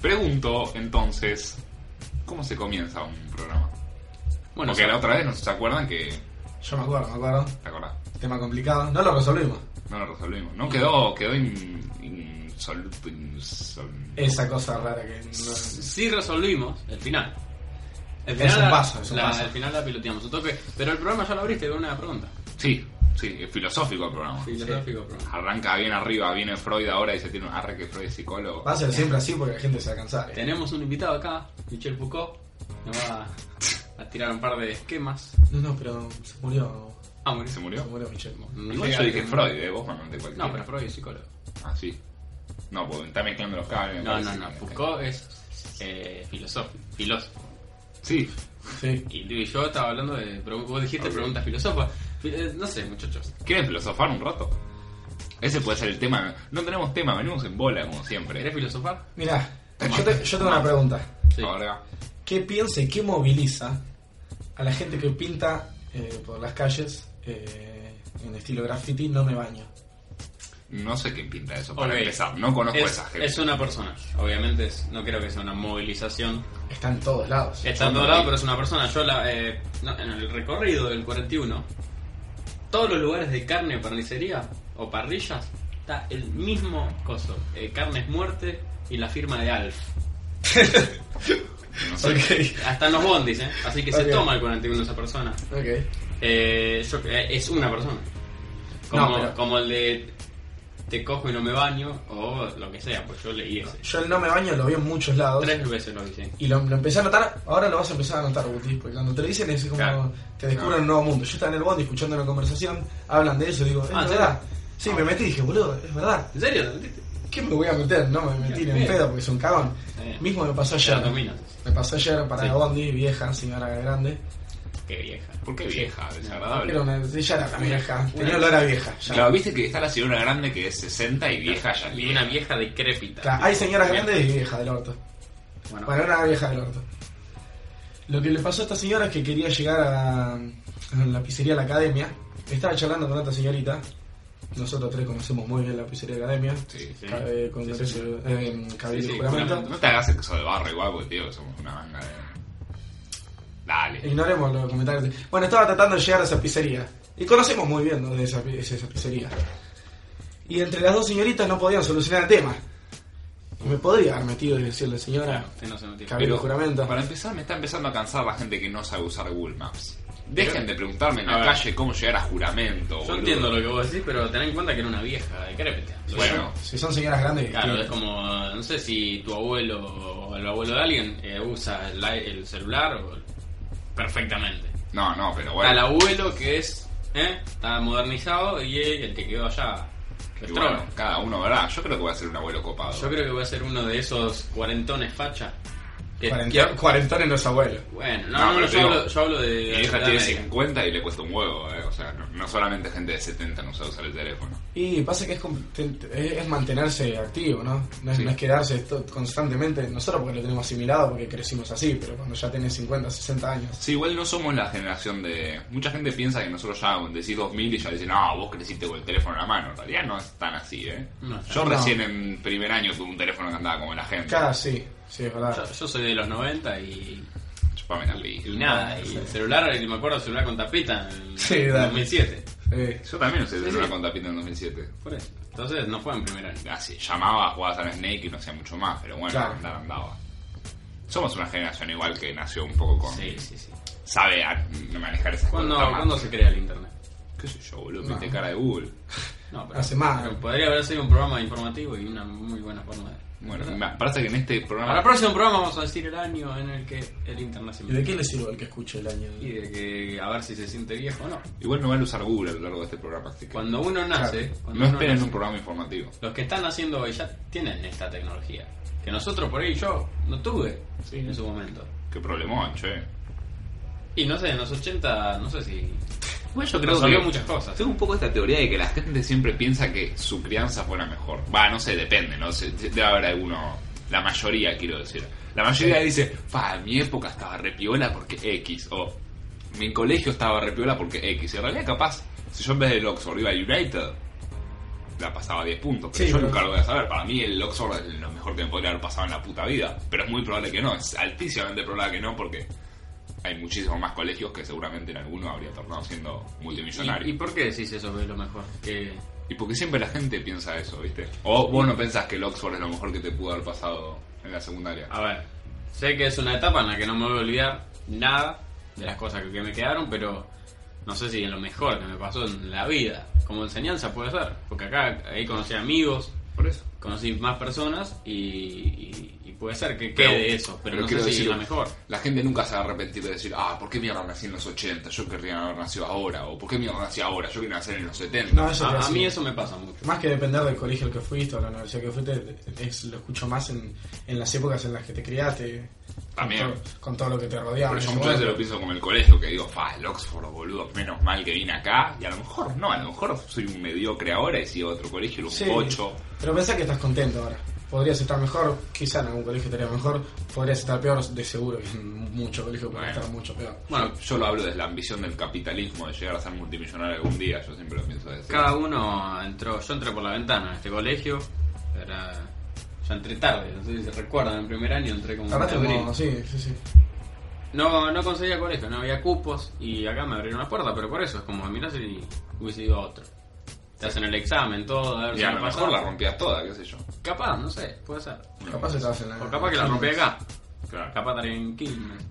Pregunto entonces, ¿cómo se comienza un programa? Bueno, Porque sí. la otra vez no se acuerdan que. Yo me acuerdo, me acuerdo. ¿Te acordás? Tema complicado. No lo resolvimos. No lo resolvimos. No quedó, quedó in- insoluto. insol- Esa cosa rara que. no- Sí resolvimos el final. El Es un la- paso, es un la- paso. El final la piloteamos un toque. Pero el programa ya lo abriste con una pregunta. Sí, sí, es filosófico el programa. Filosófico programa. Arranca bien arriba, viene Freud ahora y se tiene un arre que Freud es psicólogo. Ah, Va a ser siempre así porque la gente se va a cansar. ¿eh? Tenemos un invitado acá, Michel Foucault. Nos va a, a tirar un par de esquemas. No, no, pero se murió. Ah, bueno. Mm, ¿Se Se murió? murió Michelle. Igual yo dije Freud, ¿eh? vos mandaste cualquiera. No, pero Freud es psicólogo. Ah, sí. No, pues está mezclando los cables. me No, no, parece no. que- Foucault es eh, filosófico. Filósofo. Sí, Sí. Y y yo estaba hablando de. pero Vos dijiste Ok. preguntas filosóficas. Fi- eh, No sé, muchachos. ¿quieren filosofar un rato? Ese puede ser el tema. No tenemos tema, venimos en bola como ¿Querés siempre. filosofar? Mirá, yo, te- yo tengo una pregunta. Sí. Ahora, ¿Qué piensa y qué moviliza a la gente que pinta eh, por las calles eh, en estilo graffiti no me baño? no sé quién pinta eso para Ok. empezar. No conozco Es, esa gente. es una persona. Obviamente es- no creo que sea una movilización. Está en todos lados. Está en todo lado, pero es una persona. Yo la, eh, no, en el recorrido del 41, todos los lugares de carne, parnicería o parrillas, está el mismo coso. Eh, carne es muerte y la firma de Alf. No sé. Ok, Hasta en los bondis, ¿eh? Así que Ok. se toma el 41 esa persona. ok. Eh, yo, eh, es una persona. Como, No, pero- como el de te cojo y no me baño o lo que sea, pues yo leí ese. Yo el no me baño lo veo en muchos lados. Tres veces lo hice. Y lo, lo empecé a notar, ahora lo vas a empezar a notar, Guti, porque cuando te lo dicen es como Claro. te descubren un nuevo mundo. Yo estaba en el bondi escuchando una conversación, hablan de eso, digo, "Eh, ¿es Ah, ¿en verdad? Sí, me metí y dije, boludo, es verdad. ¿En serio? ¿Te metiste? ¿Qué me voy a meter? No, me metí ni en Bien. pedo porque es un cagón. Sí. Mismo me pasó Ya ayer. lo dominas. Me pasó ayer para Sí. el bondi, vieja, señora grande. Qué vieja. ¿Por qué vieja? Desagradable. Era una, ella era la vieja, tenía olor a vieja. ya. Claro, viste que está la señora grande que es 60 y vieja ya. es Y una vieja. vieja decrépita. Claro, hay señoras grandes y vieja del orto. Bueno, Bueno, era una vieja del orto. Lo que le pasó a esta señora es que quería llegar a, a la pizzería La Academia. Estaba charlando con otra señorita. Nosotros tres conocemos muy bien la pizzería La Academia. Sí, sí. Ca- eh, con Sí, sí, derecho, eh, cabello Sí, sí, y juramento. juramento. No te hagas sexo de barro igual, porque tío, somos una banda de. Dale. Ignoremos los comentarios. Bueno, estaba tratando de llegar a esa pizzería. Y conocemos muy bien dónde es esa, es esa pizzería. Y entre las dos señoritas no podían solucionar el tema. Me podría haber metido y decirle, señora, usted no se metió. Cabello y juramento. Para empezar, me está empezando a cansar la gente que no sabe usar Google Maps. Dejen de preguntarme en A la ver. calle cómo llegar a juramento, Yo boludo. entiendo lo que vos decís, pero ten en cuenta que era una vieja decrépita. Bueno, Si son señoras grandes, Claro, que- es como, no sé si tu abuelo o el abuelo de alguien eh, usa el, el celular o- perfectamente. no, no, pero Está el bueno. abuelo que es, ¿eh? está modernizado y el que quedó allá. Y Estrobe. bueno, cada uno, ¿verdad? Yo creo que voy a ser un abuelo copado. Yo creo que voy a ser uno de esos cuarentones facha. que- Cuarentón- cuarentones no es abuelo. Bueno, No, no, no, pero no, te yo, digo, hablo, yo hablo de. Mi hija de tiene América. 50 y le cuesta un huevo, eh. O sea, no, no solamente gente de 70 no sabe usar el teléfono. Y pasa que es, com- te- te- es mantenerse activo, ¿no? No es, Sí. no es quedarse to- constantemente. Nosotros porque lo tenemos asimilado, porque crecimos así, pero cuando ya tenés 50, 60 años. Sí, igual no somos la generación de... Mucha gente piensa que nosotros ya decís 2000 y ya dicen, no, vos creciste con el teléfono en la mano. En realidad no es tan así, ¿eh? No, Yo no. recién en primer año tuve un teléfono que andaba como la gente. Cada sí, sí, es verdad. Yo, yo soy de los 90 y. Chupame la pija. y nada. Y Sí. el celular, y me acuerdo del celular con tapita en el Sí, dale. 2007. Eh, Yo también usé el Sí, celular sí. con tapita en 2007. Por eso. Entonces no fue en primer año. Así, Ah, llamaba, jugabas al Snake y no hacía mucho más, pero bueno, Claro. andar andaba. Somos una generación igual que nació un poco con... Sí, sí, sí. Sabe a- manejar esas ¿Cuándo, cosas. Está ¿cuándo mal. se crea el internet? ¿Qué sé yo, boludo? No. Viste cara de Google. No, Hace más. pero podría haber sido un programa informativo y una muy buena forma de. Bueno, ¿verdad? me parece que en este programa... para el próximo programa vamos a decir el año en el que el internet se ¿Y de qué le sirve el que escuche el año? Y de que a ver si se siente viejo o no. Igual no van a usar Google a lo largo de este programa, así que... Cuando uno nace. cuando No uno esperen nace- un programa informativo. Los que están haciendo hoy ya tienen esta tecnología. Que nosotros por ahí yo no tuve Sí. en su momento. Qué problemón, che. Y no sé, en los 80, no sé si. Bueno, yo creo que- muchas cosas. Tengo un poco esta teoría de que la gente siempre piensa que su crianza fuera mejor. Va, no sé, depende, ¿no? sé, Debe haber alguno. La mayoría, quiero decir. La mayoría dice, fa, mi época estaba repiola porque X. O mi colegio estaba repiola porque X. Y en realidad, capaz, si yo en vez del Oxford iba a United, la pasaba a 10 puntos, pero Sí, yo pero- nunca lo voy a saber. Para mí el Oxford es lo mejor que me podría haber pasado en la puta vida, pero es muy probable que no, es altísimamente probable que no porque hay muchísimos más colegios que seguramente en alguno habría tornado siendo multimillonario. ¿Y, y por qué decís eso que es lo mejor? Que Y porque siempre la gente piensa eso, ¿viste? O vos no pensás que el Oxford es lo mejor que te pudo haber pasado en la secundaria. A ver, sé que es una etapa en la que no me voy a olvidar nada de las cosas que, que me quedaron, pero no sé si es lo mejor que me pasó en la vida. Como enseñanza puede ser, porque acá ahí conocí amigos, Por eso. conocí más personas y, y- y puede ser que Pero- quede eso, pero, no sé quiero si es decir, la mejor. La gente nunca se va a arrepentir de decir, ah, ¿por qué mierda nací en los 80? Yo querría haber nacido ahora. O ¿por qué mierda nací ahora? Yo quería nacer en los 70. No, eso A, es a así. mí eso me pasa mucho. Más que depender del colegio al que fuiste o la universidad que fuiste, es, lo escucho más en, en las épocas en las que te criaste. También. Con todo, con todo lo que te rodeaba. Pero yo en muchas ese veces lo momento. pienso como el colegio, que digo, fa, el Oxford, boludo, menos mal que vine acá. Y a lo mejor no, a lo mejor soy un mediocre ahora y si a otro colegio, un Sí, 8. Pero pensá que estás contento ahora. Podrías estar mejor, quizá en algún colegio estaría mejor, podrías estar peor, de seguro que en muchos colegios podrías Bueno. estar mucho peor. Bueno, Yo lo hablo desde la ambición del capitalismo de llegar a ser multimillonario algún día. Yo siempre lo pienso desde cada uno entró, yo entré por la ventana en este colegio, era... Ya entré tarde, no sé si se recuerdan, en primer año entré como... en Tardaste abril. como, sí, sí, sí. No, no conseguía colegio, no había cupos y acá me abrieron la puerta, pero por eso es como mirás y hubiese ido a otro. Te hacen el examen, todo, a ver Y a no lo pasás. mejor la rompías toda, qué sé yo. Capaz, no sé, puede ser. Capaz estabas en la. pues, O capaz que la rompí acá. Claro. Capaz estaría en Quilmes.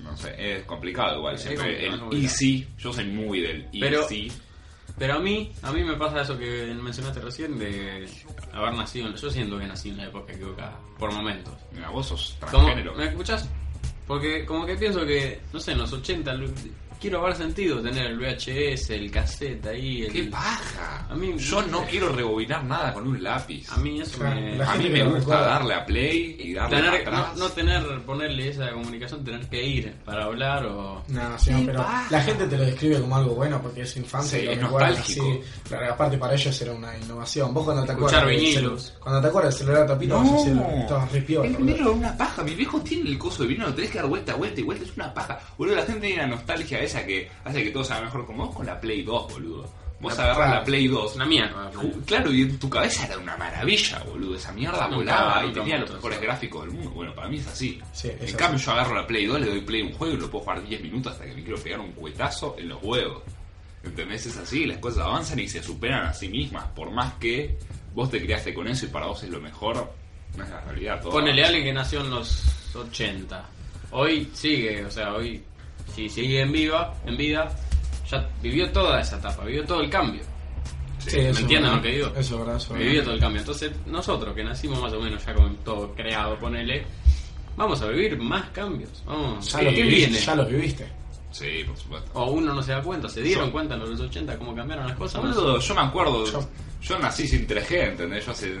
No sé, es complicado igual. Es Siempre complicado, el es complicado. easy, yo soy muy del Pero- easy. Pero a mí, a mí me pasa eso que mencionaste recién de haber nacido en... Yo siento que nací en la época equivocada, por momentos. Mira, vos sos Como- transgénero. ¿Me escuchás? Porque como que pienso que, no sé, en los 80 lo- quiero haber sentido tener el VHS, el cassette ahí, el... ¡Qué paja! A mí- yo no quiero rebobinar nada con un lápiz. A mí eso Claro, me... la- A mí gente me que lo gusta recuerda. darle a play y darle Tener- para no, atrás. no tener, ponerle esa comunicación, tener que ir para hablar o... No, sí, no, pero la gente te lo describe como algo bueno porque es infancia Sí, y lo es recuerdan nostálgico. así. Claro, aparte para ellos era una innovación. Vos cuando te Escuchar acuerdas. del vinilos. celu- Cuando te acuerdas del celular tapito, vas a decir, estabas re piola, el boludo. vinilo es una paja. Mi viejo tiene el coso de vinilo, lo tenés que dar vuelta, vuelta y vuelta. Es una paja. Boludo, la gente tiene la nostalgia esa que hace que todo sea mejor. Como vos con la Play 2, boludo. Vos La- agarras claro. la Play 2. Es una mierda. Ju- Claro, y en tu cabeza era una maravilla, boludo. Esa mierda Nunca, volaba y nunca tenía los mucho, mejores sí. gráficos del mundo. Bueno, para mí es así. Sí, es en así. cambio, yo agarro la Play 2, le doy Play a un juego y lo puedo jugar 10 minutos hasta que me quiero pegar un cuetazo en los huevos. ¿Entendés? Es así, las cosas avanzan y se superan a sí mismas. Por más que vos te criaste con eso y para vos es lo mejor, no es la realidad. Todo Ponele a avanza. alguien que nació en los 80. Hoy sigue, o sea, hoy si sigue en viva, en vida, ya vivió toda esa etapa, vivió todo el cambio. Sí, ¿Me eso, entienden ¿no? lo que digo? Eso es verdad, eso es Vivió verdad. todo el cambio. Entonces, nosotros que nacimos más o menos ya con todo creado, ponele, vamos a vivir más cambios. Vamos, Ya, ¿qué los viene? viviste, ya los viviste. Sí, por supuesto. O uno no se da cuenta, se dieron Yo- cuenta en los 80 cómo cambiaron las cosas. No sé. Boludo, yo me acuerdo. Yo, Yo- nací sin 3G, ¿entendés? Yo hace.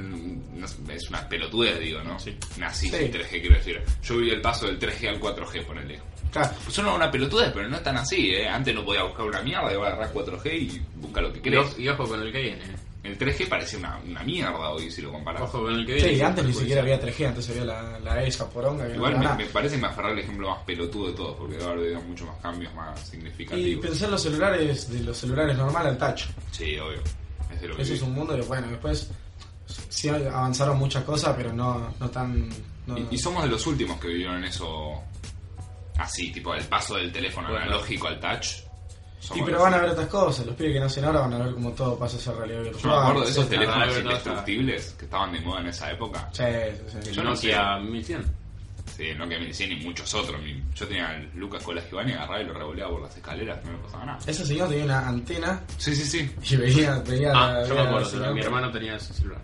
no sé, es una pelotudez, digo, ¿no? Sí. Nací Sí. sin 3G, quiero decir. Yo viví el paso del 3G al 4G, ponele. Claro, Pues son una pelotudez, pero no es tan así, ¿eh? Antes no podía buscar una mierda, iba a agarrar 4G y busca lo que Y querés. ojo- y ojo con el que viene. eh. El 3G parece una, una mierda hoy, si lo comparás. Ojo con el que viene. Ah. sí, antes ni siquiera había 3G, antes había la, la esa poronga que no Igual era me, nada. me parece que me aferré al ejemplo más pelotudo de todos, porque debe haber habido muchos más cambios más Y significativos. pensé en los celulares, de los celulares normal al touch. Sí, obvio. Ese es lo que Eso viví. es un mundo que, bueno, después sí avanzaron muchas cosas, pero no, no tan... no- Y, y somos de los últimos que vivieron eso así, tipo el paso del teléfono Bueno. analógico al touch. Somos Y pero los- van a ver otras cosas, los pibes que nacen ahora van a ver cómo todo pasa a ser realidad virtual. Yo me acuerdo de esos etcétera. Ah, teléfonos verdad, indestructibles que estaban de moda en esa época. Sí, sí, sí. Yo no Nokia 1100. Sí, el Nokia 1100 y muchos otros. Mi- Yo tenía el Lucas con la Giovanni, agarraba y lo revoleaba por las escaleras, no me pasaba nada. Ese señor tenía una antena Sí, sí, sí. y veía, veía Ah, la- yo me veía la acuerdo, señal. mi hermano tenía ese celular.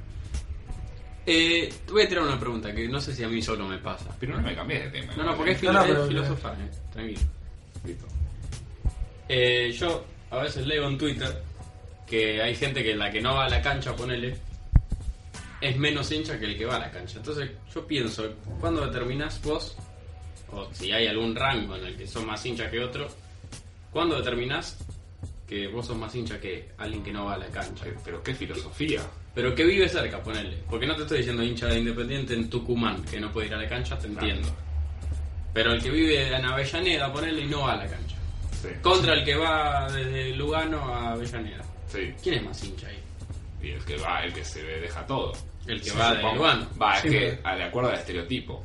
Eh, te voy a tirar una pregunta que no sé si a mí solo me pasa. Pero no me cambié de tema. No, no, porque es, No, no, filo- es pero- filosofar, eh, tranquilo. Listo. Eh, yo a veces leo en Twitter que hay gente que la que no va a la cancha, ponele, es menos hincha que el que va a la cancha. Entonces yo pienso, ¿cuándo determinás vos, o si hay algún rango en el que sos más hincha que otro, ¿cuándo determinás que vos sos más hincha que alguien que no va a la cancha? Ay, Eh, Pero qué filosofía. Pero que vive cerca, ponele. Porque no te estoy diciendo hincha de Independiente en Tucumán, que no puede ir a la cancha, te entiendo. Pero el que vive en Avellaneda, ponele, y no va a la cancha. Sí. Contra el que va desde Lugano a Avellaneda. Sí. ¿Quién es más hincha ahí? Y el que va, el que se deja todo. El que Sí, va de supongo. Lugano. Va, es Sí, que, pero- a- de acuerdo al estereotipo.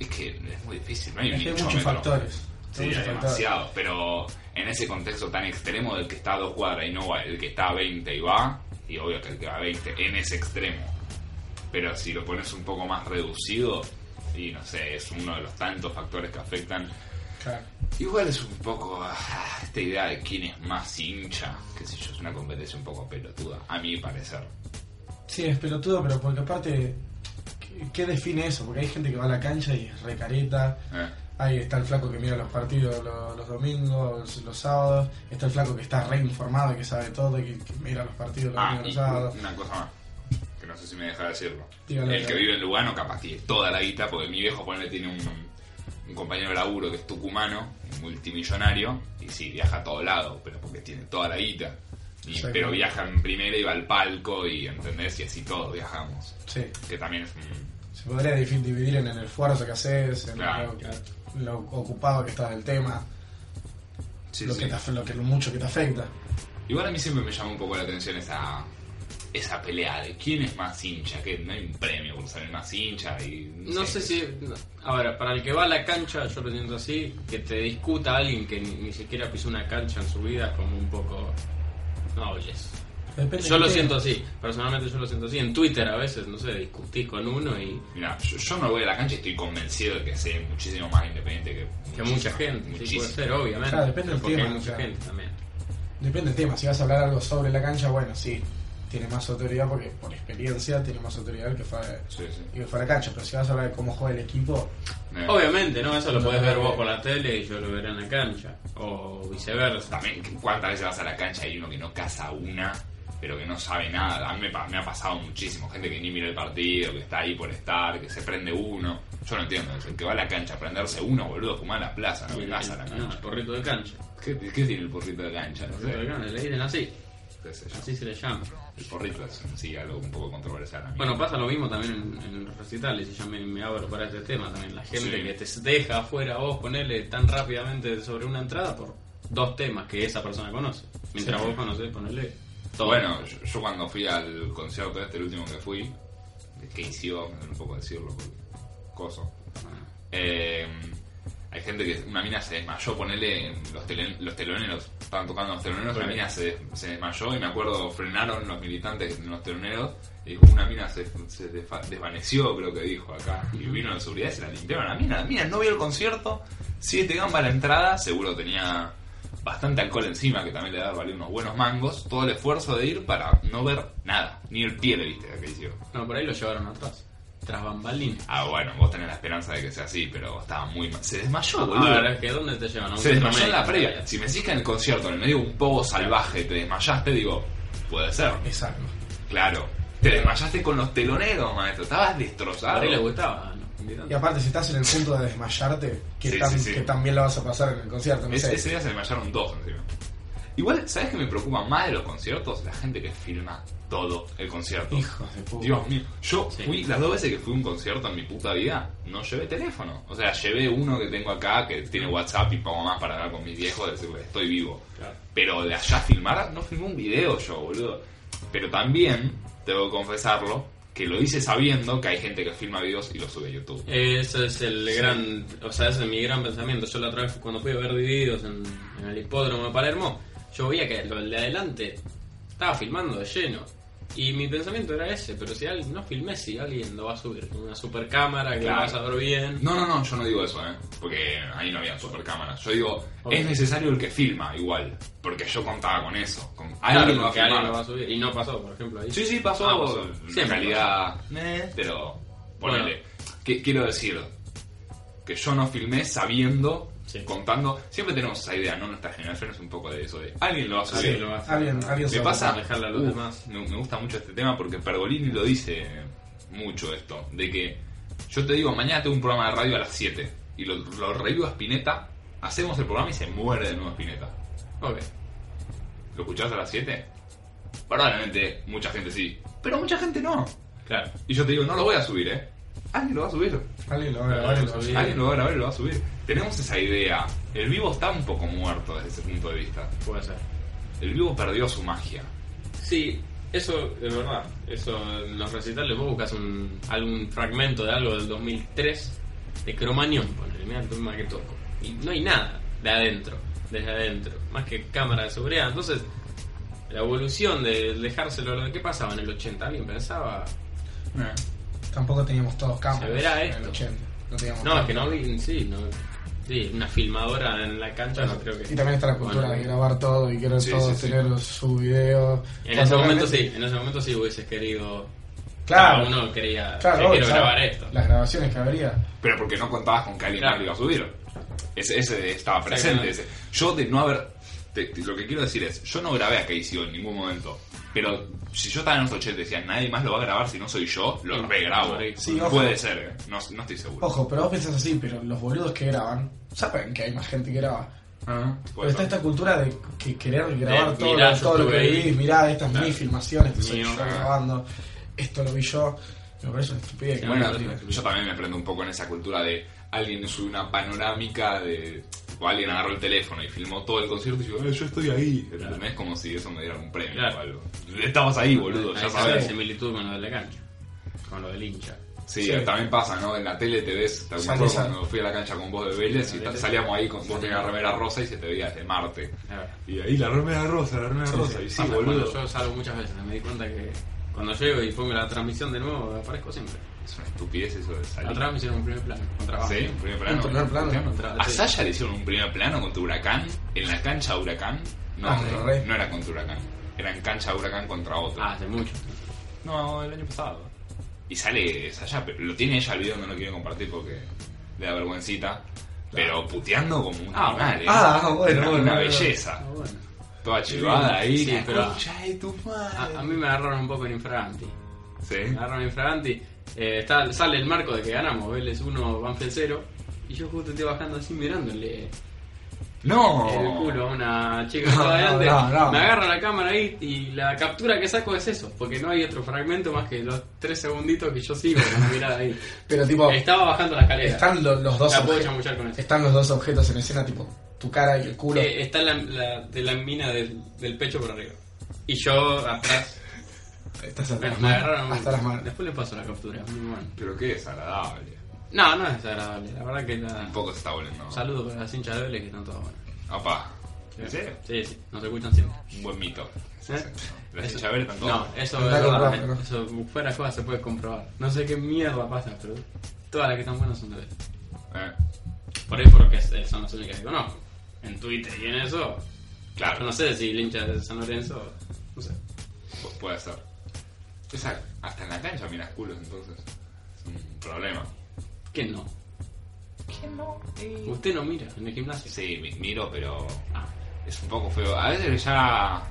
Es que es muy difícil, no hay Es un que hay muchos hinchómetro. factores. Sí, Hay muchos hay factores. demasiado, pero en ese contexto tan extremo del que está a dos cuadras y no va, el que está a 20 y va, y obvio que el que va a 20 en ese extremo. Pero si lo pones un poco más reducido, y no sé, es uno de los tantos factores que afectan. Claro. Igual es un poco ah, esta idea de quién es más hincha, que sé yo, es una competencia un poco pelotuda, a mi parecer. Sí, es pelotudo, pero porque aparte, ¿qué- ¿qué define eso? Porque hay gente que va a la cancha y es recareta. Eh, Ahí está el flaco que mira los partidos lo- los, domingos, los, los sábados. Está el flaco que está reinformado, que sabe todo, que, que mira los partidos los Ah, domingos, y los sábados. una cosa más, que no sé si me deja decirlo. Dígalo, el que dígalo. vive en Lugano capaz tiene toda la guita, porque mi viejo ponele tiene un, un compañero de laburo que es tucumano, multimillonario, y sí, viaja a todo lado, pero porque tiene toda la guita. Y- Exacto. pero viaja en primera y va al palco y entendés y así todos viajamos. Sí, Que también es un- se podría divi- dividir en el esfuerzo que haces, en Claro, lo, claro. lo ocupado que estás del tema, sí, lo, sí. Que te, afe- lo que lo mucho que te afecta. Igual a mí siempre me llama un poco la atención esa esa pelea de quién es más hincha, que no hay un premio por ser el más hincha y No sé si. no. Ahora, para el que va a la cancha, yo lo entiendo así, que te discuta alguien que ni, ni siquiera pisó una cancha en su vida, como un poco. No oyes. Depende Yo de lo qué. siento así, personalmente yo lo siento así. En Twitter a veces, no sé, discutís con uno y. Mira, yo, yo me voy a la cancha y estoy convencido de que sé muchísimo más independiente que, Que muchísima- mucha gente, sí, Muchísimo. puede ser, obviamente. Claro, depende del porque tema, hay mucha claro. gente también. Depende del tema, si vas a hablar algo sobre la cancha, bueno, sí, tiene más autoridad porque por experiencia tiene más autoridad el que fue, Sí, sí. el que fue a la cancha, pero si vas a hablar de cómo juega el equipo, Eh, Obviamente, ¿no? Eso lo No, podés no, ver no. vos por la tele y yo lo veré en la cancha. O viceversa. También, ¿cuántas veces vas a la cancha y hay uno que no caza una, pero que no sabe nada? A mí me, pa- me ha pasado muchísimo. Gente que ni mira el partido, que está ahí por estar, que se prende uno. Yo no entiendo eso. El que va a la cancha a prenderse uno, boludo, fumar a la plaza, no vengas a la No, cancha. porrito de cancha. ¿Qué, qué tiene el porrito de cancha? No Porrito de sé. cancha, le dicen así. Qué sé yo. Así se le llama. El porrito es sí, algo un poco controversial. a mí. Bueno, pasa lo mismo también en, en los recitales, y ya me, me abro para este tema también. La gente Sí. que te deja afuera a vos ponerle tan rápidamente sobre una entrada por dos temas que esa persona conoce. Mientras Sí. vos conocés, ponele todo. Bueno, yo, yo cuando fui al concierto este, el último que fui, que hizo, no puedo decirlo, porque, coso. Eh, hay gente que una mina se desmayó, ponele los, tele- los teloneros, estaban tocando los teloneros, una mina se, des- se desmayó y me acuerdo frenaron los militantes de los teloneros y dijo, una mina se, se desfa- desvaneció, creo que dijo acá, y vino la seguridad y se la limpiaron a la mina, la mina no vio el concierto, siete gambas a la entrada, seguro tenía bastante alcohol encima que también le da valer unos buenos mangos, todo el esfuerzo de ir para no ver nada, ni el pie le viste de que hicieron. No, por ahí lo llevaron atrás. Tras bambalinas. Ah, bueno, vos tenés la esperanza de que sea así, pero estaba muy mal. Se desmayó, boludo. Ahora, es que ¿dónde te llevan? Ah, A un se centro desmayó en la médico, previa. todavía. Si me decís que en el concierto, en el medio de un pogo salvaje, te desmayaste, digo, puede ser. es algo. Claro. Te desmayaste con los teloneros, maestro. Estabas Por destrozado. ahí le gustaba. ¿no? Y aparte, si estás en el punto de desmayarte, que, Sí, tan, sí, sí. que también la vas a pasar en el concierto, no Es- sé. ese día se desmayaron dos encima. Igual, ¿sabes qué me preocupa más de los conciertos? La gente que filma todo el concierto. Hijos de puta. Dios mío, yo Sí. fui las dos veces que fui a un concierto en mi puta vida, no llevé teléfono. O sea, llevé uno que tengo acá que tiene WhatsApp y pongo más para hablar con mis viejos, decirles estoy vivo. Claro. Pero de allá a filmar, no filmé un video yo, boludo. Pero también, tengo que confesarlo, que lo hice sabiendo que hay gente que filma videos y los sube a YouTube. Ese es el gran, o sea, ese es mi gran pensamiento. Yo la otra vez cuando fui a ver divididos en, en el hipódromo de Palermo, yo veía que lo de adelante estaba filmando de lleno. Y mi pensamiento era ese, pero si alguien no filmé, si alguien lo va a subir con una super cámara que Claro. lo vas a ver bien. No, no, no, yo no digo eso, ¿eh? Porque ahí no había supercámaras. Yo digo, Ok. es necesario el que filma igual, porque yo contaba con eso. Con Claro, alguien lo va a que alguien lo filmar. va a subir. Y no pasó, por ejemplo, ahí. Sí, sí, pasó. Ah, pasó. En Siempre realidad, eh, pero ponele. Bueno. Que- quiero decir que yo no filmé sabiendo, Sí. contando. Siempre tenemos esa idea, ¿no? Nuestra generación es un poco de eso, de alguien lo va a subir. Alguien lo va a subir. Alguien, alguien Me sabe. pasa, dejarle a los Uf, demás. Me, me gusta mucho este tema porque Pergolini lo dice mucho esto, de que yo te digo, mañana tengo un programa de radio a las 7 y lo, lo revivo a Spinetta, hacemos el programa y se muere de nuevo Spinetta. Ok. ¿Lo escuchás a las 7? Probablemente mucha gente sí, pero mucha gente no. Claro. Y yo te digo, no lo voy a subir, ¿eh? Alguien lo va a subir. Alguien lo va a grabar, Alguien alguien lo va a lo subir. Alguien lo va a grabar y lo va a subir. Tenemos esa idea. El vivo está un poco muerto desde ese punto de vista. Puede ser. El vivo perdió su magia. Sí, Eso es verdad. Eso en los recitales vos buscas un, algún fragmento de algo del 2003 de Cromañón, ponele, mirá el tema que toco. Y no hay nada de adentro, desde adentro, más que cámara de seguridad. Entonces, la evolución de dejárselo lo que pasaba en el 80, alguien pensaba. Eh. Tampoco teníamos todos cámaras. Se verá en el esto. 80. No, teníamos No, es que cámaras. no vi, sí, no. Sí, una filmadora en la cancha, no creo que. Y también está la cultura Bueno, de grabar todo y querer Sí, todos sí, sí. tener su video. En Cuando ese momento realmente- sí, en ese momento sí hubieses querido. Claro. Cada uno quería. Claro, "Che, obvio, quiero ¿sabes? grabar esto. Las grabaciones que habría. Pero porque no contabas con que alguien más Claro. lo iba a subir. Ese, ese estaba presente. Exactamente. ese. Yo de no haber... te- te- lo que quiero decir es, yo no grabé a Casey en ningún momento. Pero si yo estaba en los 80 y decía, nadie más lo va a grabar si no soy yo, lo Sí. regrabo. Sí, ojo. Puede ser, ¿eh? no, no estoy seguro. Ojo, pero vos pensás así, pero los boludos que graban saben que hay más gente que graba. Ah, Pero puede está ser. esta cultura de que querer grabar De, todo, mirá, lo- yo todo lo que estuve ahí. vi, mirá, estas Claro. mis filmaciones que soy Mío, yo claro. grabando, esto lo vi yo. Me parece una estupidez. Claro. Bueno, Bueno, yo también me prendo un poco en esa cultura de alguien sube una panorámica de. O alguien agarró el teléfono y filmó todo el concierto y dijo, "Eh, yo estoy ahí. Claro. ¿Entendés? Como si eso me diera un premio Claro. o algo. Estabas ahí, boludo, Ahí ya está la sabes. similitud con lo de la cancha, con lo del hincha. Sí, Sí. también pasa, ¿no? En la tele te ves, te Salís acuerdas a- cuando fui a la cancha con vos Ah, de Vélez y Vélez. salíamos ahí con vos de la remera rosa y se te veía desde Marte. La verdad. Y ahí la remera rosa, la remera rosa. Y sí, Pasa, boludo. cuando Yo salgo muchas veces, me di cuenta que cuando llego y pongo la transmisión de nuevo, aparezco siempre. Es una estupidez eso de salir. Atrás me hicieron un primer plano, un trabajo. Sí, un primer plano. Un primer plano. Contra- A sí. Sasha le hicieron un primer plano contra Huracán en la cancha de Huracán. No, Ah, no, re. no era contra Huracán. Era en cancha de Huracán contra otro. Ah, hace mucho. No, el año pasado. Y sale Sasha, pero lo tiene ella el video, no lo quiere compartir porque le da vergüencita. Pero puteando como un Ah, animal, ¿eh? Ah, bueno, Una, bueno, una bueno. belleza. Ah, bueno. Toda chivada ahí. Ah, Sí, la pero- concha de tu madre. A, a mí me agarraron un poco en infraganti. Sí. Me agarraron en infraganti. eh, está- sale el marco de que ganamos, Vélez 1, Banfield 0. Y yo justo estoy bajando así mirándole No. el culo a una chica que No, estaba no, adelante. no, no. Me agarra la cámara ahí y la captura que saco es eso, porque no hay otro fragmento más que los tres segunditos que yo sigo con la mirada ahí. Pero tipo, Estaba bajando la escalera. Oh. están lo- los dos la puedo obje- chamuchar con eso. están los dos objetos en escena, tipo tu cara y el culo. Eh, está la, la- de la mina del, del pecho por arriba. Y yo atrás. Estás hasta Bueno, las me manos. agarraron. Hasta las manos. Después le paso la captura. muy bueno. Pero qué desagradable. No, no es desagradable. La verdad que la. Un poco se está volviendo. Saludo para las hinchas de Vélez que están todas buenas. Apa. ¿En serio? Sí, sí, nos escuchan siempre. Un buen mito. Sí, ¿Eh? sí. Las Eso- hinchas verdes están No, todas. eso Está es verdad, comprado, ¿no? Eso fuera de joda se puede comprobar. No sé qué mierda pasa, pero todas las que están buenas son de Vélez. Eh, Por ahí porque es- son las únicas que conozco. En Twitter y en eso. Claro. Yo no sé si el hincha de San Lorenzo. No sé. Pu- Puede ser. Esa- hasta en la cancha miras culos, entonces. Es un problema. ¿Quién no? ¿Quién no? Usted no mira en el gimnasio. Sí, mi- miro, pero Ah, es un poco feo. A veces ya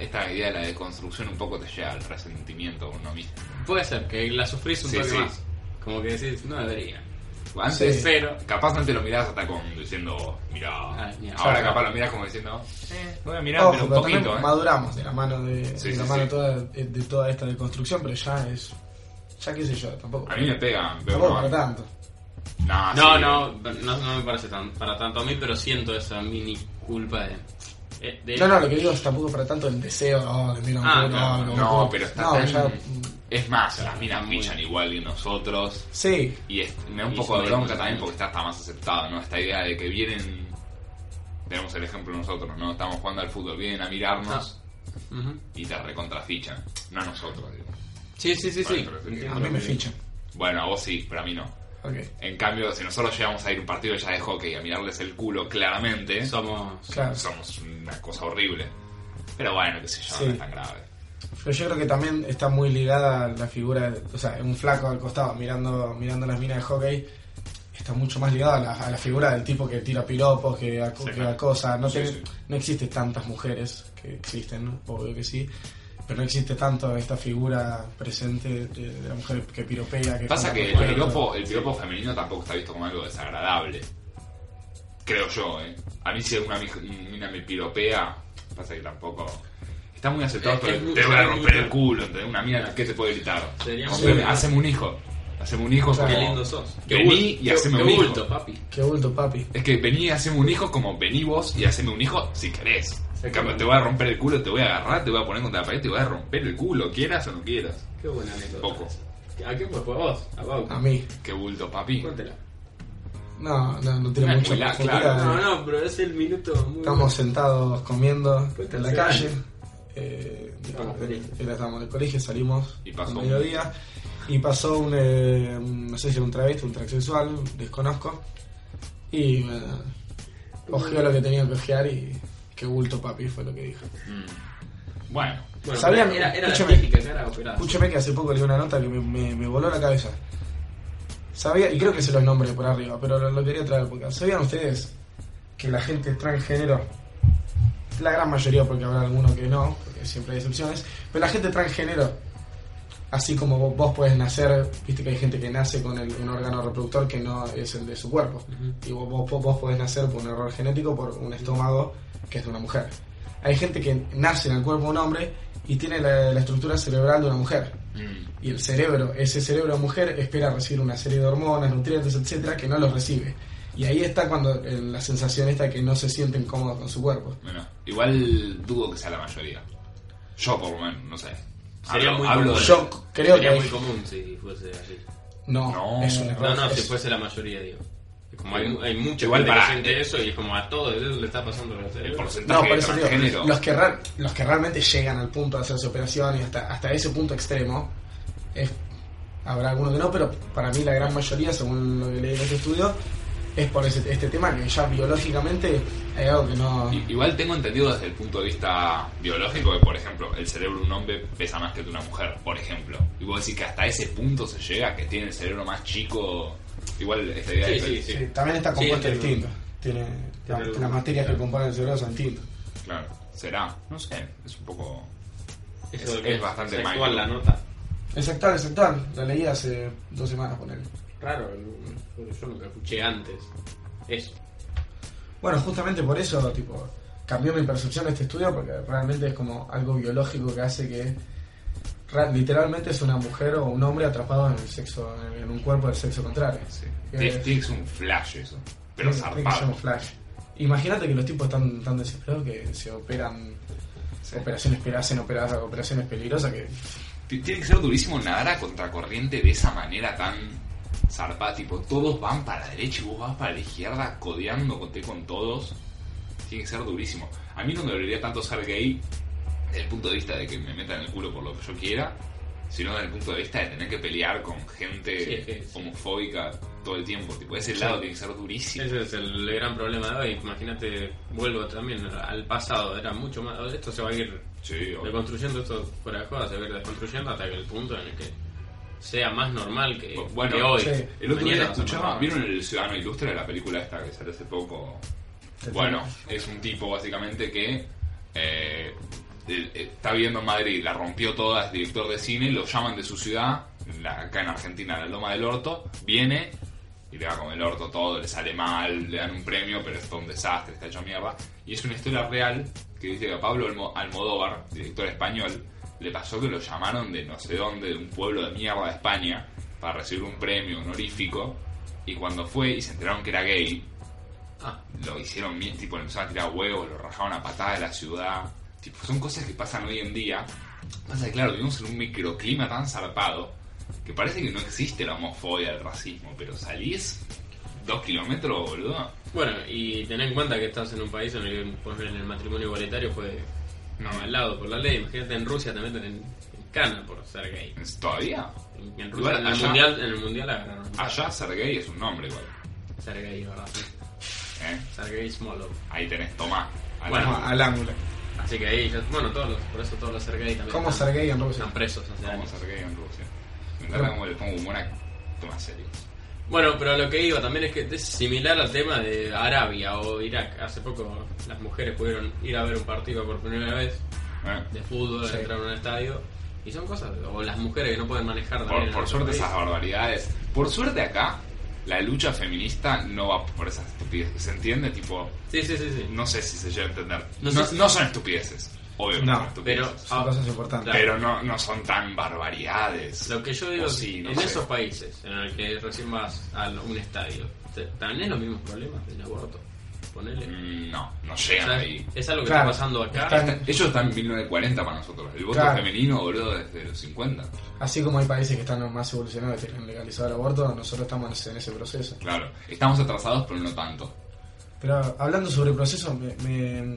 esta idea de la deconstrucción un poco te lleva al resentimiento a uno mismo. puede ser que la sufrís un Sí, poco sí. más. Como que decís, no debería. Antes, Sí. Pero. capaz antes lo mirabas hasta con diciendo, mirá. Ah, mira. Ahora Claro. capaz lo mirás como diciendo, eh, voy a mirar, Ojo, pero un pero también poquito, eh. maduramos de la mano de, Sí, de la sí, mano sí. toda de, de toda esta deconstrucción, pero ya es ya qué sé yo, tampoco. A mí me pegan, veo tampoco como- para tanto. No, No, Ah, sí. no, no, no me parece tan, para tanto a mí, pero siento esa mini culpa de. eh, de- No, no, lo que digo es tampoco para tanto el deseo oh, de mira un Ah, culo, claro, oh, no, un culo. pero está No, tan- ya, mm, Es más, las minas Muy pichan igual que nosotros. sí, Y es- me da un Y poco de sí, bronca sí. también porque está hasta más aceptado, ¿no? Esta idea de que vienen. Tenemos el ejemplo nosotros, ¿no? Estamos jugando al fútbol, vienen a mirarnos Ah. Ujú. y te recontrafichan. No a nosotros, digo. Sí, sí, sí, Vale, sí. pero sí, a entiendo. mí me fichan. Bueno, a vos sí, pero a mí no. Ok, En cambio, si nosotros llegamos a ir a un partido ya de hockey a mirarles el culo claramente, Somos. claro. somos una cosa horrible. Pero bueno, qué sé yo, Sí. no es tan grave. Pero yo creo que también está muy ligada la figura, de- o sea, un flaco al costado mirando mirando las minas de hockey. Está mucho más ligada a la, a la figura del tipo que tira piropos, que, aco- Sí, que claro. acosa. No, Sí, te- sí. no existe tantas mujeres que existen, ¿no? obvio que sí. Pero no existe tanto esta figura presente de, de la mujer que piropea. Que Pasa con- que el bueno, piropo, el piropo femenino tampoco está visto como algo desagradable. Creo yo, ¿eh? A mí si una mij- mina me piropea, pasa que tampoco... Está muy aceptado, Es- pero es muy- te voy a es muy- romper el culo, ¿entendés? Una mina, ¿qué te puede gritar? Sería Rompeme, muy- Haceme un hijo. Hacemos un hijo Claro. como... Qué lindo sos. Qué Vení bul- y haceme qué un hijo. bulto, papi. Qué bulto, papi. Es que vení y haceme un hijo como vení vos y haceme un hijo si querés. En cambio, te voy a romper el culo, te voy a agarrar, te voy a poner contra la pared, te voy a romper el culo, quieras o no quieras. Qué buena anécdota. Poco. ¿A qué fue? ¿Fue vos? ¿A Bauco? A mí. Qué bulto, papi. Cuéntela. No, no, no tiene No es mucho. muy la- profundidad. claro. No, no, pero es el minuto muy... Estamos sentados comiendo en la Sí. calle. Eh, Estábamos era- felices. era- estábamos en el colegio, salimos Y pasó al un- mediodía. Y pasó un, eh, un- no sé si era un travesti, un transexual, desconozco. Y me cogió lo que tenía que ojear y qué bulto papi fue lo que dijo. Mm. Bueno, Bueno, Sabían- era, era la escúchame. típica cara operada. Escúchame que hace poco leí una nota que me, me- me voló la cabeza. Sabía, y creo que se los nombres por arriba, pero lo, lo quería traer porque ¿sabían ustedes que la gente transgénero, la gran mayoría, porque habrá alguno que no, porque siempre hay excepciones, pero la gente transgénero, así como vos, vos podés nacer, viste que hay gente que nace con el, un órgano reproductor que no es el de su cuerpo, Ujú. y vos, vos, vos podés nacer por un error genético, por un estómago que es de una mujer. Hay gente que nace en el cuerpo de un hombre y tiene la, la estructura cerebral de una mujer. Mm. Y el cerebro, ese cerebro de mujer, espera recibir una serie de hormonas, nutrientes, etcétera, que no los recibe. Y ahí está cuando eh, la sensación está que no se sienten cómodos con su cuerpo. bueno, igual dudo que sea la mayoría. Yo, por lo menos, no sé. Sería muy común. de- Yo creo Sería que. muy común si fuese así. No, No. es un error. No, no, es- si fuese la mayoría, digo. Como hay, hay mucha Igual gente que para- siente eso y es como a todos eso le está pasando lo el No, porcentaje por de eso digo, transgénero. los que, ra- los que realmente llegan al punto de hacerse operaciones hasta, hasta ese punto extremo, es- habrá alguno que no, pero para mí la gran mayoría, según lo que leí en este estudio, es por ese- este tema que ya biológicamente hay algo que no... I- Igual tengo entendido desde el punto de vista biológico que, por ejemplo, el cerebro de un hombre pesa más que el de una mujer, por ejemplo. Y vos decís que hasta ese punto se llega, que tiene el cerebro más chico. Igual esta idea Sí, de sí, Sí, también está Sí, compuesto entiendo. distinto. Tiene, la- algo. las materias que componen el cerebro son distintas. Claro, será. No sé, es un poco. Eso Es- que es bastante sexual micro. la nota. Exacto, exacto. La leí hace dos semanas, ponele. Raro, porque yo nunca escuché antes eso. Bueno, justamente por eso, tipo, cambió mi percepción de este estudio porque realmente es como algo biológico que hace que ra- literalmente es una mujer o un hombre atrapado en el sexo, en un cuerpo del sexo contrario. Sí. Eh, Tiene tiene que ser un flash eso. Pero tiene- tiene que ser zarpado. un flash. Imagínate que los tipos están tan desesperados que se operan Sí. operaciones, pe- hacen opera- operaciones peligrosas que T- Tiene que ser durísimo nadar a contracorriente de esa manera tan zarpada. Tipo, todos van para la derecha y vos vas para la izquierda codeando con, con todos. Tiene que ser durísimo. A mí no me dolería tanto ser gay desde el punto de vista de que me metan el culo por lo que yo quiera, sino desde el punto de vista de tener que pelear con gente Sí, es que sí. homofóbica todo el tiempo. Tipo, ese lado tiene que ser durísimo. Ese es el gran problema de hoy. Imagínate, vuelvo también al pasado, era mucho más. Esto se va a ir Sí, obvio. deconstruyendo, esto fuera de joda, se va a ir desconstruyendo hasta que el punto en el que sea más normal que, Bueno, que hoy. sí. El otro día Mañana va escuchaba, a ser ¿vieron el Ciudadano Ilustre de la película esta que salió hace poco? Te Bueno, es un tipo básicamente que eh, eh, está viviendo en Madrid, la rompió toda, es director de cine, lo llaman de su ciudad, la- acá en Argentina, la Loma del Orto, viene y le va con el orto todo, le sale mal, le dan un premio, pero es todo un desastre, está hecho mierda. Y es una historia real que dice que a Pablo Almo- Almodóvar, director español, le pasó que lo llamaron de no sé dónde, de un pueblo de mierda de España, para recibir un premio honorífico. Y cuando fue y se enteraron que era gay, Ah, lo hicieron bien, tipo, le empezaron a tirar huevos, lo rajaron a patada de la ciudad. Tipo, son cosas que pasan hoy en día. Pasa que, claro, vivimos en un microclima tan zarpado que parece que no existe la homofobia, el racismo, pero salís dos kilómetros, boludo. Bueno, y ten en cuenta que estás en un país en el que por ejemplo, en el matrimonio igualitario fue avalado por la ley. Imagínate en Rusia también en, en cana por ser gay. ¿Es- ¿Todavía? En, en Rusia, Igual en, el allá- Ah. mundial, en el mundial agarraron. Allá ser gay es un nombre igual. Ser gay, ¿verdad? ¿eh? Ser gay Smolov. Ahí tenés, tomá. Alá. Bueno. al ángulo. Así que ahí ya. Bueno, todos los, por eso todos los ser gay también. ¿Cómo están, ser gay en Rusia? Están presos hace ¿Cómo años. ser gay en Rusia? Me encanta cómo le pongo humor a temas serios. Bueno, pero lo que iba también es que es similar al tema de Arabia o Irak. Hace poco las mujeres pudieron ir a ver un partido por primera vez ¿eh? de fútbol, Sí. entraron a un estadio. Y son cosas, o las mujeres que no pueden manejar también Por, en por otro suerte país. esas barbaridades. Por suerte acá, la lucha feminista no va por esas estupideces. ¿Se entiende? Tipo, Sí, sí, sí, sí. no sé si se llega a entender. No, No sé si- no son estupideces. Obvio, No, no, pero, pero- Son Ah, cosas importantes. claro. pero no, no son tan barbaridades. Lo que yo digo O es, sí, no en sé. esos países en el que recién vas a un estadio, te- también los mismos problemas del aborto. Ponele. Mm, No, no O llegan sea, ahí. es algo que Claro. está pasando acá. Está- Está- ellos están en 1940 para nosotros. El voto Claro. femenino, boludo, desde los 50. Así como hay países que están más evolucionados y tienen legalizado el aborto, nosotros estamos en ese proceso. Claro. Estamos atrasados, pero no tanto. Pero hablando sobre el proceso, me, me-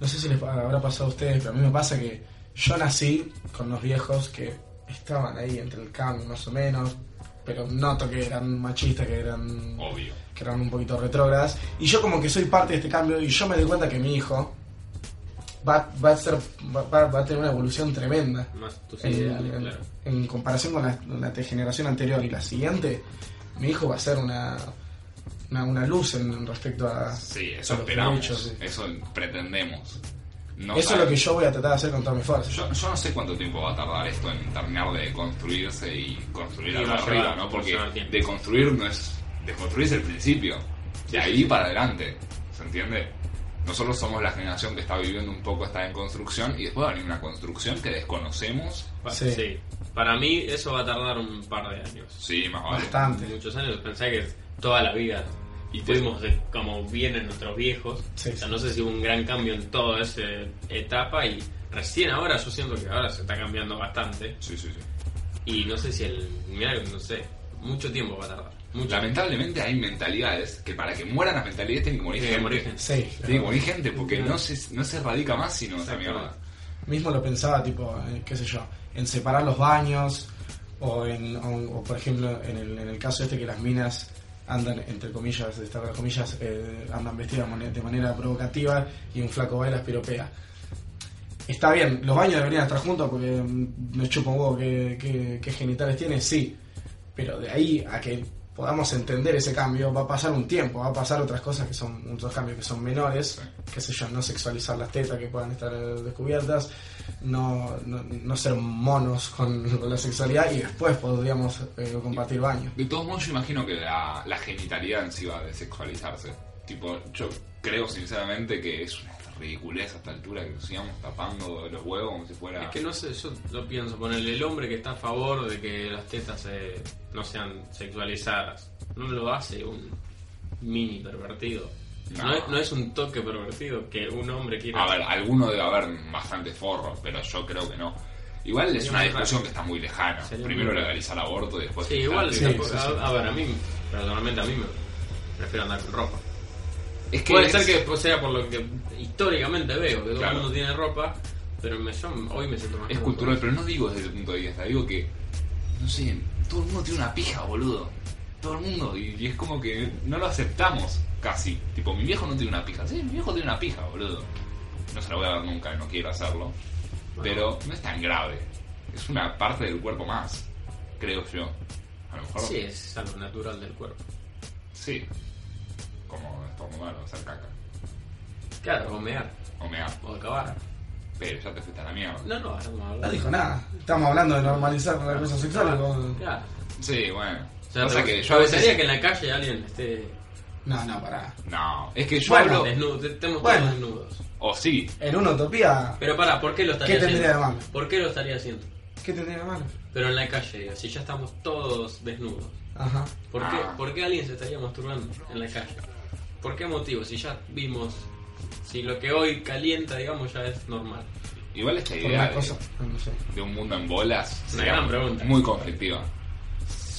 no sé si les pa- habrá pasado a ustedes, pero a mí me pasa que yo nací con unos viejos que estaban ahí entre el cambio más o menos, pero noto que eran machistas, que eran Obvio. que eran un poquito retrógradas. Y yo como que soy parte de este cambio y yo me doy cuenta que mi hijo va, va a, ser, va, va- va a tener una evolución tremenda. Más tus En, ideales, en- claro. en comparación con la, la te- generación anterior y la siguiente, mi hijo va a ser una, una, una luz en respecto a... Sí, eso a los esperamos. derechos, sí. Eso pretendemos. No Eso es sabe- lo que yo voy a tratar de hacer con toda mi fuerza. Yo, yo no sé cuánto tiempo va a tardar esto en terminar de construirse y construir Y algo va a llevar- arriba, ¿no? va a Porque llevar tiempo. de construir no es. De construir es el principio. De ahí para adelante. ¿Se entiende? Nosotros somos la generación que está viviendo un poco, está en construcción y después va a venir una construcción que desconocemos. Pa- Sí. sí. Para mí eso va a tardar un par de años. Sí, más vale. Bastante. Muchos años. Pensé que toda la vida y fuimos de como vienen nuestros viejos. Sí, o sea, sí. no sé si hubo un gran cambio en toda esa etapa y recién ahora yo siento que ahora se está cambiando bastante. Sí, sí, sí. Y no sé si el... Mirá, no sé. Mucho tiempo va a tardar. Mucho. Lamentablemente hay mentalidades que para que mueran las mentalidades tienen que morir Tiene que gente. morir gente. Sí. Tiene que morir gente porque Claro. no se, no se erradica más sino esa Exacto. mierda. Mismo lo pensaba, tipo, eh, qué sé yo, en separar los baños o, en, o, o, por ejemplo, en el, en el caso este que las minas andan, entre comillas, destaco las comillas, eh, andan vestidas mone- de manera provocativa y un flaco baila las piropea. Está bien, los baños deberían estar juntos porque mm, me chupo un huevo qué, qué- qué genitales tiene, sí, pero de ahí a que podamos entender ese cambio va a pasar un tiempo, va a pasar otras cosas que son otros cambios que son menores, qué sé yo, no sexualizar las tetas que puedan estar eh, descubiertas, no, no, no ser monos con, con la sexualidad y después podríamos eh, compartir baños. De todos modos, yo imagino que la, la genitalidad en sí va a desexualizarse. Tipo, yo creo sinceramente que es una ridiculez a esta altura que nos sigamos tapando los huevos como si fuera. Es que no sé, yo lo pienso, ponerle el hombre que está a favor de que las tetas eh, no sean sexualizadas, no lo hace un mini pervertido. No. No, es, no es un toque pervertido que un hombre quiera... A ver, alguno debe haber bastante forro, pero yo creo que no. Igual es Sería una muy discusión raro. que está muy lejana. Sería Primero muy raro. legalizar el aborto y después. Sí, igual, Sí, tampoco- sí, sí. A, a ver, a mí, personalmente a mí me prefiero andar con ropa. Es que Puede es- ser que pues, sea por lo que históricamente veo, que todo Claro. el mundo tiene ropa, pero me, yo hoy me siento más Es cómodo. cultural, pero no digo desde el punto de vista, digo que, no sé, todo el mundo tiene una pija, boludo. Todo el mundo, y, y es como que no lo aceptamos casi. Tipo, mi viejo no tiene una pija. Sí, mi viejo tiene una pija, boludo. No se la voy a dar nunca, no quiero hacerlo. Pero no es tan grave. Es una parte del cuerpo más, creo yo. A lo mejor. Sí, es algo natural del cuerpo. Sí. Como estornudar o hacer caca. Claro, o mear, O mear. o acabar. Pero ya te fuiste a la mierda. No, no, ahora vamos a No hablar. dijo nada, estamos hablando de normalizar la cosa sexual. con- Claro. Sí, bueno. O sea, Pasa te- que te yo a veces. gustaría que en la calle alguien esté No, no, pará. No, es que yo Bueno, hablo. desnudo, estemos Bueno. todos desnudos. O sí, En una utopía, Pero para, ¿por qué lo estaría ¿Qué tendría haciendo? de malo? ¿Por qué lo estaría haciendo? ¿qué tendría de malo? Pero en la calle, digo, si ya estamos todos desnudos, Ajá. ¿por, qué, Ah. ¿por qué alguien se estaría masturbando en la calle? ¿Por qué motivo? Si ya vimos, si lo que hoy calienta, digamos, ya es normal. Igual esta Por idea una de, cosa, no sé. de un mundo en bolas Una sería gran pregunta. Muy conflictiva.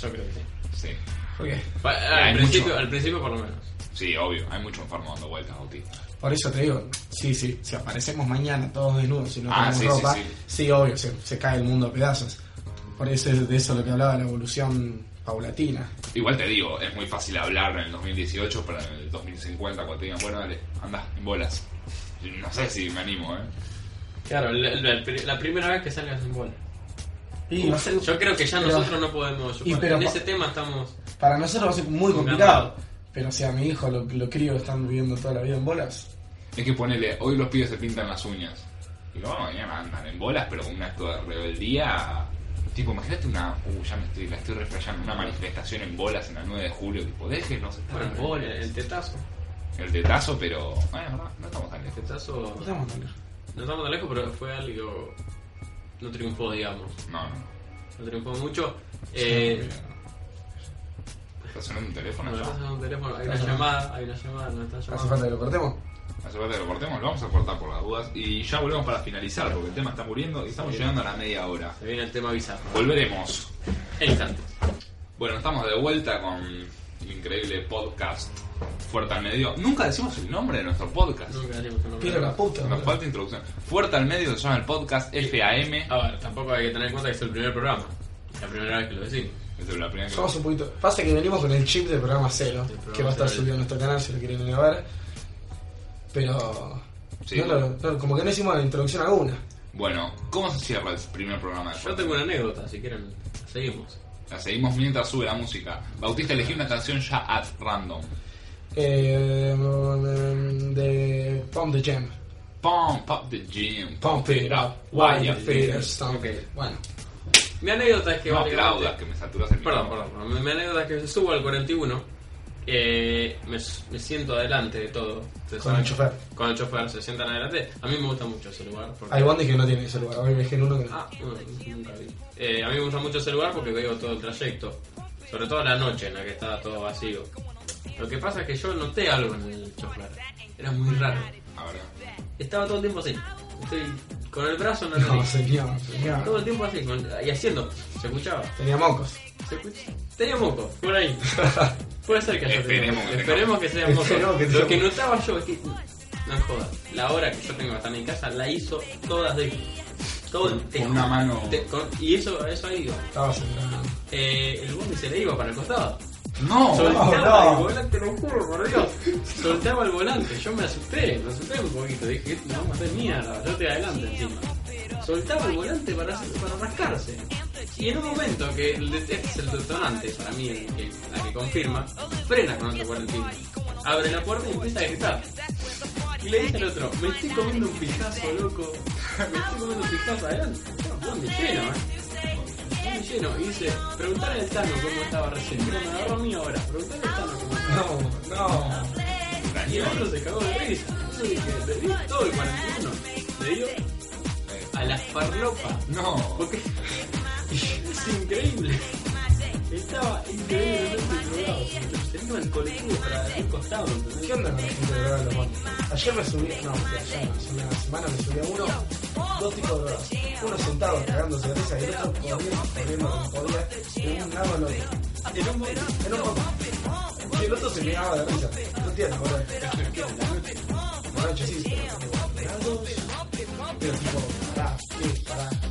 Yo creo que sí. Sí. ¿Por qué? Pa- hay al, mucho. principio, al principio, por lo menos. Sí, obvio. Hay mucho enfermo dando vueltas, autista. Por eso te digo, sí, sí, si aparecemos mañana todos desnudos y no Ah, tenemos sí, sí, ropa, sí, sí. obvio, se, se cae el mundo a pedazos. Por eso es de eso lo que hablaba la evolución paulatina. Igual te digo, es muy fácil hablar en el 2018, pero en el 2050 cuando te digan, bueno, dale, anda, en bolas. No sé si me animo, ¿eh? Claro, la, la- la primera vez que salgas en bola. Y va a ser- Yo creo que ya pero- nosotros no podemos. yo- y pero- en ese tema estamos. Para nosotros va a ser muy complicado. Pero si a mi hijo lo, lo crío están viviendo toda la vida en bolas, Es que ponele, hoy los pibes se pintan las uñas. Y luego mañana andan en bolas, pero con un acto de rebeldía. Tipo, imagínate una. Uh, ya me estoy, la estoy refrescando. Una manifestación en bolas en la 9 de julio. Tipo, déjenos estar en Bueno, el, bolas. el tetazo. El tetazo, pero. Bueno, no, no estamos tan lejos. El tetazo. no estamos tan lejos. No estamos tan lejos, pero fue algo. No triunfó, digamos. No, no. No triunfó mucho. Eh, ¿Está sonando un teléfono bueno, ya? pasa un teléfono, hay una Ajá. llamada, hay una llamada, no está ¿Hace llamando. falta que lo cortemos? Hace falta que lo cortemos, lo vamos a cortar por las dudas. Y ya volvemos para finalizar, porque el tema está muriendo y estamos llegando a la media hora. Se viene el tema bizarro. Volveremos. En instantes. Bueno, estamos de vuelta con el increíble podcast Fuerte al Medio. Nunca decimos el nombre de nuestro podcast. Nunca haremos un nombre. Pero la puta. Nos boludo. falta introducción. Fuerte al Medio se llama el podcast FAM. Ah. A ver, tampoco hay que tener en cuenta que es el primer programa. Es la primera vez que lo decimos. Esa es la primera que- Somos un poquito. Pasa que venimos con el chip del programa cero, Del programa que va a estar cero. subido a nuestro canal si lo quieren elevar. Pero. Sí. no lo- no, como que no hicimos la introducción alguna. Bueno, ¿cómo se cierra el primer programa de Yo Fuerte? tengo una anécdota, si quieren, la seguimos. La seguimos mientras sube la música. Bautista elegí una canción ya at random. Eh, mm, de Pump the Jam. Pump up the gym. Pump it up, why your feet are stomp it. Bueno, Mi anécdota es que No básicamente- aplaudas, que me saturas el Perdón, micrófono. perdón, perdón. Mi anécdota es que subo al 41, eh, me, me siento adelante de todo. Ustedes Con saben, el chofer. Con el chofer, se sientan adelante. A mí me gusta mucho ese lugar. Porque, hay Bondi que no tiene ese lugar. Hoy me dije en uno que no. Ah, bueno, nunca vi. Eh, a mí me gusta mucho ese lugar porque veo todo el trayecto. Sobre todo la noche en la que estaba todo vacío. Lo que pasa es que yo noté algo en el chofer. Era muy raro. A ver. Estaba todo el tiempo así. Estoy con el brazo en la No, nariz. señor, Todo señor. el tiempo así, con- y haciendo. Se escuchaba. Tenía mocos. Se escucha. Tenía moco, por ahí. Puede ser que haya Esperemos tenido. que no. Esperemos que sea moco. Esperemos que Lo sea que moco. notaba yo es que. No jodas. La hora que yo tengo hasta mi casa la hizo todas de. Todo el Con te- una mano. te- con- y eso, a eso ahí iba. Estaba sentado. Eh, el bondi se le iba para el costado. No, Soltaba no. el volante, lo juro, por Dios. Soltaba el volante. Yo me asusté, me asusté un poquito. Dije, "Este no vamos a hacer mierda. Yo estoy adelante encima. Soltaba el volante para, hacer- para rascarse. Y en un momento que el de- este es el detonante, para mí, el que, la que confirma, frena con otro 41. Abre la puerta y empieza a gritar. Y le dice al otro, me estoy comiendo un pijazo, loco. Me estoy comiendo un pijazo adelante. ¿Dónde lleno, eh? Muy lleno, y dice, preguntale al Tano cómo estaba recién. Mira, me agarró a mí ahora, preguntale al Tano cómo estaba. No, no. Y el otro se cagó de risa. Yo dije, le di todo el 41. Le dio eh, a la farlopa. no. Porque es increíble. Estaba increíblemente drogado. Se iba el colectivo para el costado, ¿entendés? ¿Qué onda con la gente drogada en los bondis? Ayer me subí, no, ayer, no, hace una semana me subí a uno, dos tipos de drogas. Uno sentado cagándose de risa y el otro corriendo, corriendo como podía, de un lado al otro. En un momento, En un poco. Y el otro se miraba de risa. No entiendo, boludo. Por la noche sí, pero. Pero tipo, pará, sí, pará.